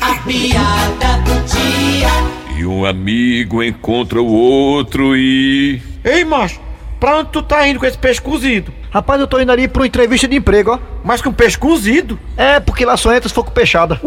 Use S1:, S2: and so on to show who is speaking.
S1: A piada do dia.
S2: E um amigo encontra o outro e.
S3: Ei, macho, pra onde tu tá indo com esse peixe cozido?
S4: Rapaz, eu tô indo ali pra uma entrevista de emprego, ó.
S3: Mas com peixe cozido?
S4: É, porque lá só entra se for com peixada.